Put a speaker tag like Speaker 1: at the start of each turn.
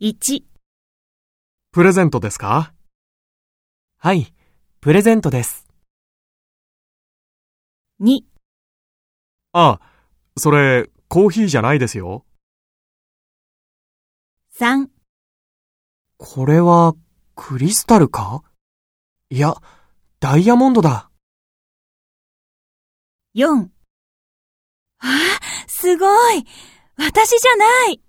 Speaker 1: 1、
Speaker 2: プレゼントですか
Speaker 3: はい、プレゼントです。
Speaker 1: 2、
Speaker 2: ああ、それ、コーヒーじゃないですよ。
Speaker 1: 3、
Speaker 3: これは、クリスタルかいや、ダイヤモンドだ。
Speaker 1: 4。あ、すごい私じゃない